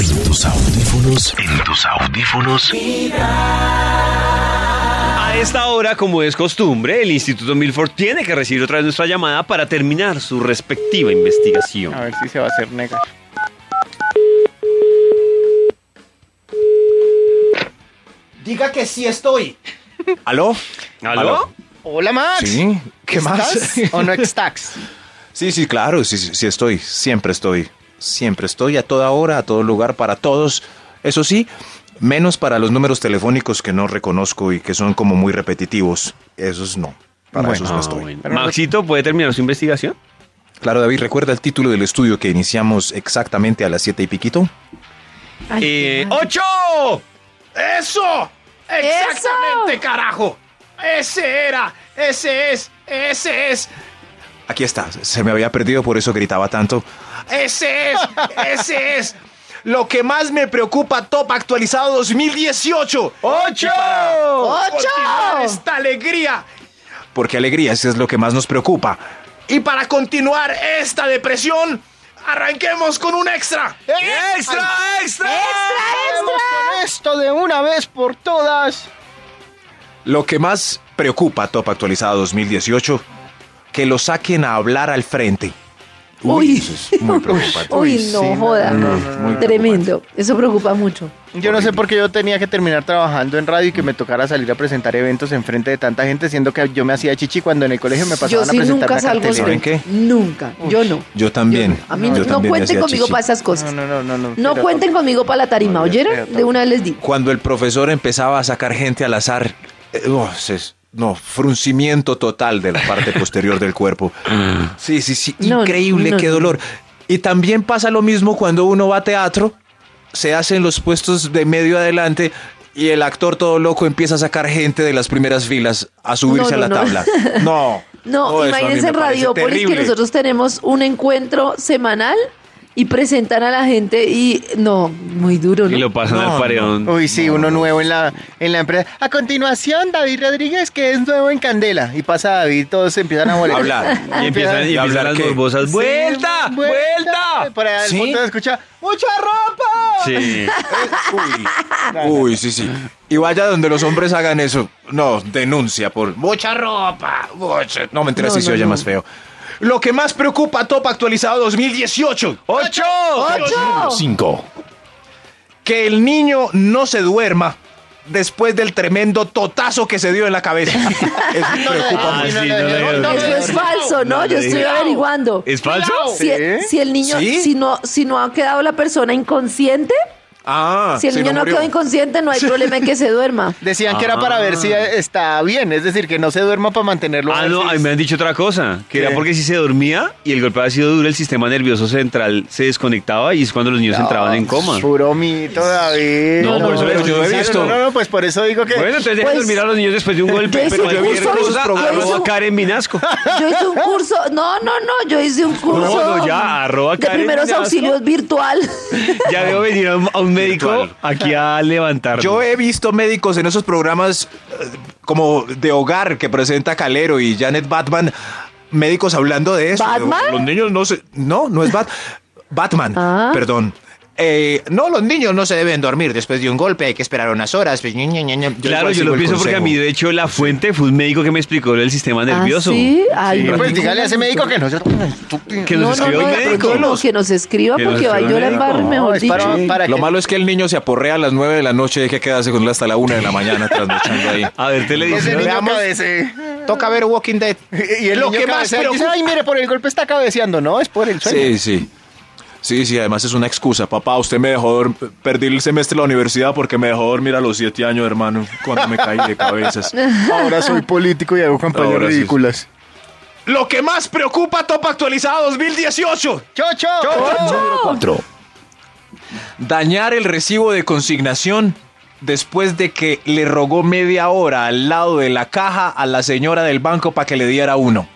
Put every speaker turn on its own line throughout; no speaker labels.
En tus audífonos. En tus audífonos.
A esta hora, como es costumbre, el Instituto Milford tiene que recibir otra vez nuestra llamada para terminar su respectiva investigación.
A ver si se va a hacer negar.
Diga que sí estoy.
¿Aló?
¿Aló?
Hola, Max.
Sí, ¿qué más?
Ah, ¿Estás ¿O no estás?
Sí, sí, claro, sí, sí, sí estoy, siempre estoy, siempre estoy a toda hora, a todo lugar, para todos. Eso sí, menos para los números telefónicos que no reconozco y que son como muy repetitivos. Esos no, para
Bueno.
esos Pues no
Ah,
estoy.
bueno. Maxito, ¿puede terminar su investigación?
Claro, David, ¿recuerda el título del estudio que iniciamos exactamente a las siete y piquito?
Eh, ¡Ocho!
¡Eso! ¡Exactamente, carajo! Ese era, ese es, ese es,
Aquí está, se me había perdido, por eso gritaba tanto.
ese es, ese es.
Lo que más me preocupa, Top Actualizado 2018.
¡Ocho!
Continuar esta alegría
Porque alegría, eso es lo que más nos preocupa.
y para continuar esta depresión, arranquemos con un extra.
¡Extra, extra!
Vamos con esto de una vez por todas.
Lo que más preocupa a Top Actualizado 2018, que lo saquen a hablar al frente.
Uy.
eso es muy preocupante.
Uy,
Uy,
no
sí, no,
joda.
no, no, muy
Tremendo. Eso preocupa mucho.
Yo no sé por qué yo tenía que terminar trabajando en radio y que me tocara salir a presentar eventos en frente de tanta gente, siendo que yo me hacía chichi cuando en el colegio me
Yo
pasaban
sí
a presentar
nunca
la
salgo
cartelera.
¿Saben
frente.
qué?
Nunca. Yo no.
Yo también.
A mí
yo
no,
también
cuenten
hacía
conmigo
chichi.
para esas cosas. No,
No, no, no, no. pero-
cuenten conmigo para la tarima,
No, yo
¿oyeron?
creo
De una vez les digo.
Cuando el profesor empezaba a sacar gente al azar, eh, oh, se- no, fruncimiento total de la parte posterior del cuerpo.
Mm.
Sí, sí, sí,
No,
increíble,
no,
qué
no.
dolor. Y también pasa lo mismo cuando uno va a teatro, se hacen los puestos de medio adelante y el actor todo loco empieza a sacar gente de las primeras filas a subirse
No, no,
a la
no.
tabla. No.
No,
eso a mí
imagínense
me
en
parece
Radiopolis que
terrible.
nosotros tenemos un encuentro semanal y presentan a la gente y no, muy duro, ¿no?
Y lo pasan
No,
al paredón.
Uy, sí, uno nuevo en la, en la empresa. A continuación, David Rodríguez, que es nuevo en Candela. Y pasa David, todos se empiezan a molestar.
Hablar.
Y empiezan, y
¿Y
empiezan
hablar
las
qué?
borbosas.
Sí,
¡Vuelta! ¡Vuelta!
Por allá al
¿Sí?
fondo se escucha, ¡mucha ropa!
Sí.
Uy, uy, sí, sí. Y vaya donde los hombres hagan eso. No, denuncia por mucha ropa. mucha- No, mentira,
No,
sí se
no,
oye
no.
más feo. Lo que más preocupa a Top Actualizado 2018,
¡Ocho!
¡Ocho!
5.
que el niño no se duerma después del tremendo totazo que se dio en la cabeza. Eso preocupa
Ah,
mucho.
sí, no le-
No, no,
Eso es
no,
falso, ¿no? Yo estoy averiguando.
¿Es falso?
Si,
¿Sí?
si el niño,
¿Sí?
si no, si no ha quedado la persona inconsciente,
Ah,
si el
se
niño
lo
no
murió.
quedó inconsciente, no hay problema en que se duerma.
Decían que
Ah.
era para ver si eh, está bien, es decir, que no se duerma para mantenerlo.
Ah, no, a mí
así.
me han dicho otra cosa, que era
¿Qué?
porque si se dormía y el golpe había sido duro, el sistema nervioso central se desconectaba y es cuando los niños entraban en coma.
Puro mito, David.
No, por eso
pero
yo he
sí,
visto.
No, no, no, pues por eso digo que.
Bueno, entonces dejen
Pues,
dormir a los niños después de un golpe,
yo hice
pero
un
cualquier
curso-
cosa,
yo hice
arroba
un-
Karen Minasco.
Yo hice un curso, no, no, no, yo hice un curso
no, ya, arroba
de
Karen
primeros
Minasco.
auxilios virtual.
Ya debo venir a un, a un médico aquí a levantar.
Yo he visto médicos en esos programas eh, como de hogar que presenta Calero y Janet Batman, médicos hablando de eso.
¿Batman?
Los niños no se... No, no es Bat, Batman,
Ah.
perdón. Eh, no, los niños no se deben dormir después de un golpe, hay que esperar unas horas. pues, ña, ña, ña, ña.
Claro,
igual
yo
sigo
lo
el
pienso porque a
consejo.
mí, de hecho, la fuente fue un médico que me explicó el sistema nervioso.
¿Ah, sí? Ay,
Sí,
no,
pues
no,
dígale a ese
no,
médico que no se.
Que
no,
nos
no,
escribió
no,
el
de pronto
médico.
no, que nos escriba
Que nos
porque va a
escriba
llorar
el
en
médico.
barro,
No,
mejor
es para,
dicho.
para
Lo
que-
malo es que el niño se aporrea a las 9 de la noche y hay que quedarse con él hasta la 1 de la mañana trasnochando ahí.
A
Pues
ver,
ese
televisión.
niño
veamos.
cabece.
Toca ver Walking Dead.
Y el
Lo
niño
que más
cabecea y dice,
preocupa-
Ay, mire, por el golpe está cabeceando, ¿no? Es por el sueño.
Sí, sí. Sí, sí, además es una excusa. Papá, usted me dejó dormir. Perdí el semestre de la universidad porque me dejó dormir a los siete años, hermano, cuando me caí de cabezas.
Ahora soy político y hago campañas
Ahora sí.
ridículas.
Lo que más preocupa Top Actualizado 2018:
¡Chocho!
Número 4.
dañar el recibo de consignación después de que le rogó media hora al lado de la caja a la señora del banco para que le diera uno.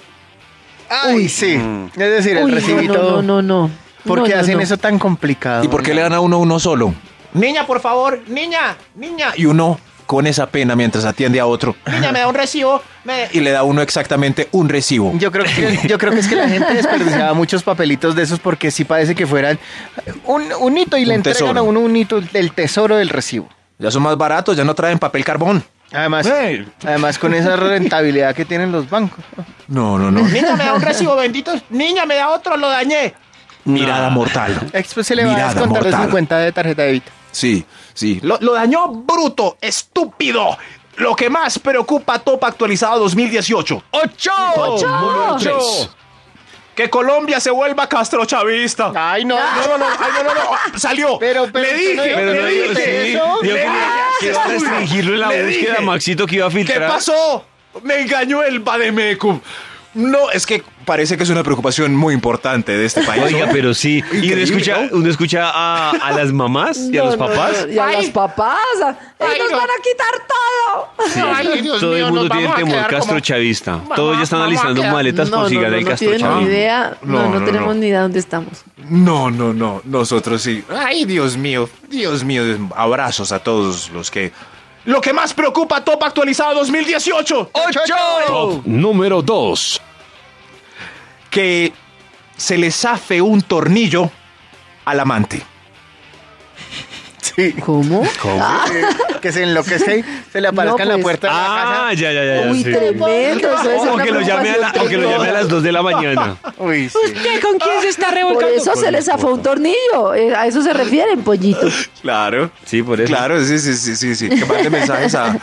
¡Ay, sí! Mm. Es decir, el
Uy,
recibito.
no, no, no, no.
¿Por
No,
qué
no,
hacen
no.
eso tan complicado?
¿Y por qué le dan a uno uno solo?
Niña, por favor, niña, niña.
Y uno con esa pena mientras atiende a otro
Niña, me da un recibo. Me...
y le da a uno exactamente un recibo.
Yo creo, que, yo creo que es que la gente desperdiciaba muchos papelitos de esos porque sí parece que fueran un, un hito y le
Un
entregan
tesoro.
a uno un hito del tesoro del recibo.
Ya son más baratos, ya no traen papel carbón.
Además,
Ey.
además con esa rentabilidad que tienen los bancos.
No, no, no.
Niña, me da un recibo, bendito. Niña, me da otro, lo dañé.
Mirada mortal.
Después pues, se le va a
Mirada
descontar los
mortal.
50 de tarjeta de débito.
Sí, sí.
Lo, lo dañó bruto, estúpido. Lo que más preocupa Top Actualizado 2018.
¡Ocho!
¡Ocho!
Que Colombia se vuelva castrochavista.
Ay, no.
No, no, no, ay, no, no, no. Ah, Salió.
Pero- pero
le
usted no
dije,
Ah.
dijo-
Pero
le
no
dije.
digo, sí,
eso?
digo
Le
que
dije,
que va a
estudio.
restringirlo en la
Le
búsqueda
dije.
Maxito que iba a
¿Qué
filtrar.
pasó? Me engañó el Bademecum. No, es que
Parece que es una preocupación muy importante de este país.
Oiga, pero sí. Y uno
Increíble,
escucha, uno escucha a, a las mamás y a
No,
los
no,
papás.
no, y a
Ay.
los papás. Ay,
Ay,
nos
no.
van a quitar todo.
Sí.
Ay, Dios
Todo
mío,
el mundo
nos
tiene
vamos a
temor
quedar como-
castrochavista. Todos ya están
vamos a
alistando
quedar-
maletas
no,
por si
no,
gana
no,
el
no tienen ni
castrochavismo.
idea. No,
No,
no,
no,
tenemos
no.
ni idea dónde estamos.
No, no, no. Nosotros sí. Ay, Dios mío. Dios mío. Dios- Abrazos a todos los que.
lo que más preocupa Top Actualizado 2018.
¡Ocho!
número 2.
que se le zafe un tornillo al amante.
Sí.
¿Cómo? Ah,
Que se enloquezca y se le aparezca en
pues.
la puerta de la
Ah, ya, ya, ya.
Uy,
sí.
tremendo. Eso es
O
una
que lo llame a la-
preocupación
o que lo llame a las 2 de la mañana.
casa. Uy, sí.
¿Con quién se está
Por eso se les zafó un tornillo. eh, A eso se refieren, pollito.
Claro.
Sí, por eso.
Claro, sí, sí, sí, sí, sí. Que mande mensajes a.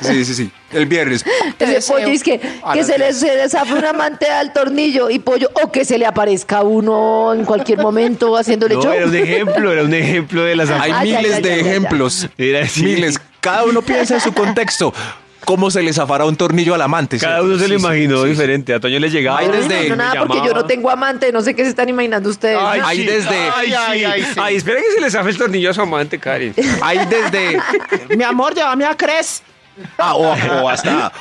Sí, sí, sí. El viernes.
Ese pollo es que, que se les se les zafe una mantea al tornillo y pollo, o que se le aparezca uno en cualquier momento haciéndole
No,
show.
era un ejemplo, era un ejemplo de las
Hay
Ah, ya,
miles
ya,
de
ya, ya,
ejemplos.
ya. Mira, sí.
Miles. Cada uno piensa en su contexto. ¿Cómo se le zafará un tornillo al amante?
Cada
¿cierto?
uno se lo
Sí, sí,
imaginó
sí, sí.
diferente. A Toño le llegaba.
Ay,
Ay,
desde-
no, no, nada,
me
porque yo
llamaba.
no tengo amante, no sé qué se están imaginando ustedes.
Ay,
Ahí
sí,
desde-
Ay,
Ay,
sí.
ay, sí.
Ay, espera que se les zafe el tornillo a su amante, Karen.
Hay desde.
Mi amor, llévame a Cres. oh,
Ah, o, o hasta.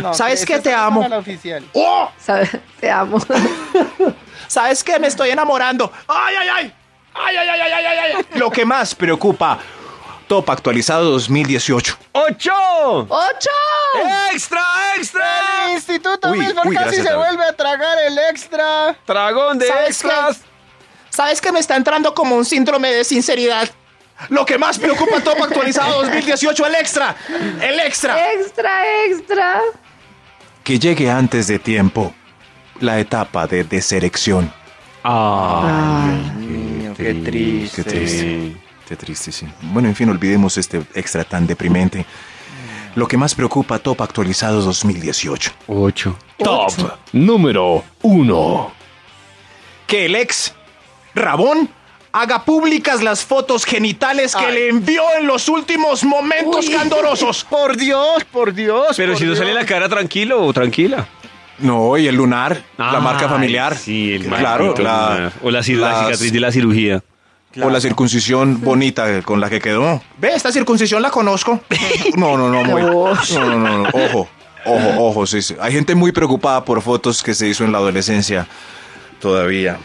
No,
¿Sabes
que
qué?
esa
Te
es
amo.
para la oficial.
¡Oh!
¿Sabes? Te amo.
¿Sabes qué? Me estoy enamorando. ¡Ay, ay, ay! ¡Ay, ay, ay, ay, ay, ay, ay!
Lo que más preocupa. Top actualizado 2018.
¡Ocho!
¡Ocho!
¡Extra, extra!
El Instituto
Uy,
Milford
uy,
casi
gracias,
se
David.
vuelve a tragar el extra.
¡Dragón de
¿Sabes
extras!
¿Sabes que me está entrando como un síndrome de sinceridad? Lo que más preocupa Top Actualizado 2018, el extra. El extra.
¡Extra, extra!
Que llegue antes de tiempo. La etapa de deserección.
Ay,
qué triste.
Qué triste. Qué triste, sí. Bueno, en fin, olvidemos este extra tan deprimente. Lo que más preocupa Top Actualizado 2018.
Top número 1.
Que el ex Rabón haga públicas las fotos genitales que le envió en los últimos momentos
Uy.
candorosos.
Por Dios, por Dios.
Pero
por
si no
Dios.
sale la cara tranquilo o tranquila.
No, y el lunar, la
Ay,
marca familiar.
Ah, Sí, el
Claro,
maldito
la,
lunar. O la, cir- la
las-
cicatriz de la cirugía.
O la circuncisión bonita con la que quedó.
Ve, esta circuncisión la conozco.
No, no, no, muy-
No.
no, no, no, no, ojo, ojo, ojo, sí, sí. Hay gente muy preocupada por fotos que se hizo en la adolescencia todavía.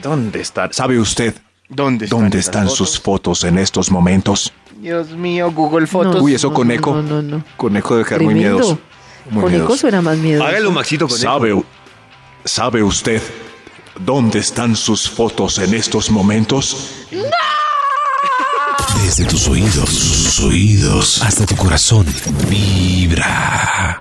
¿Dónde está? ¿Sabe usted
¿Dónde están,
dónde
esas
están
fotos?
sus fotos en estos momentos?
Dios mío, Google Fotos.
No,
Uy, eso
no,
con
no,
eco.
no, no, no.
Con eco debe quedar muy
Tremendo.
miedoso. Muy
Con eco
miedoso.
suena más miedo.
Hágalo, Maxito, con
¿Sabe, u- ¿Sabe usted dónde están sus fotos en estos momentos?
Desde tus oídos, sus oídos, hasta tu corazón. Vibra.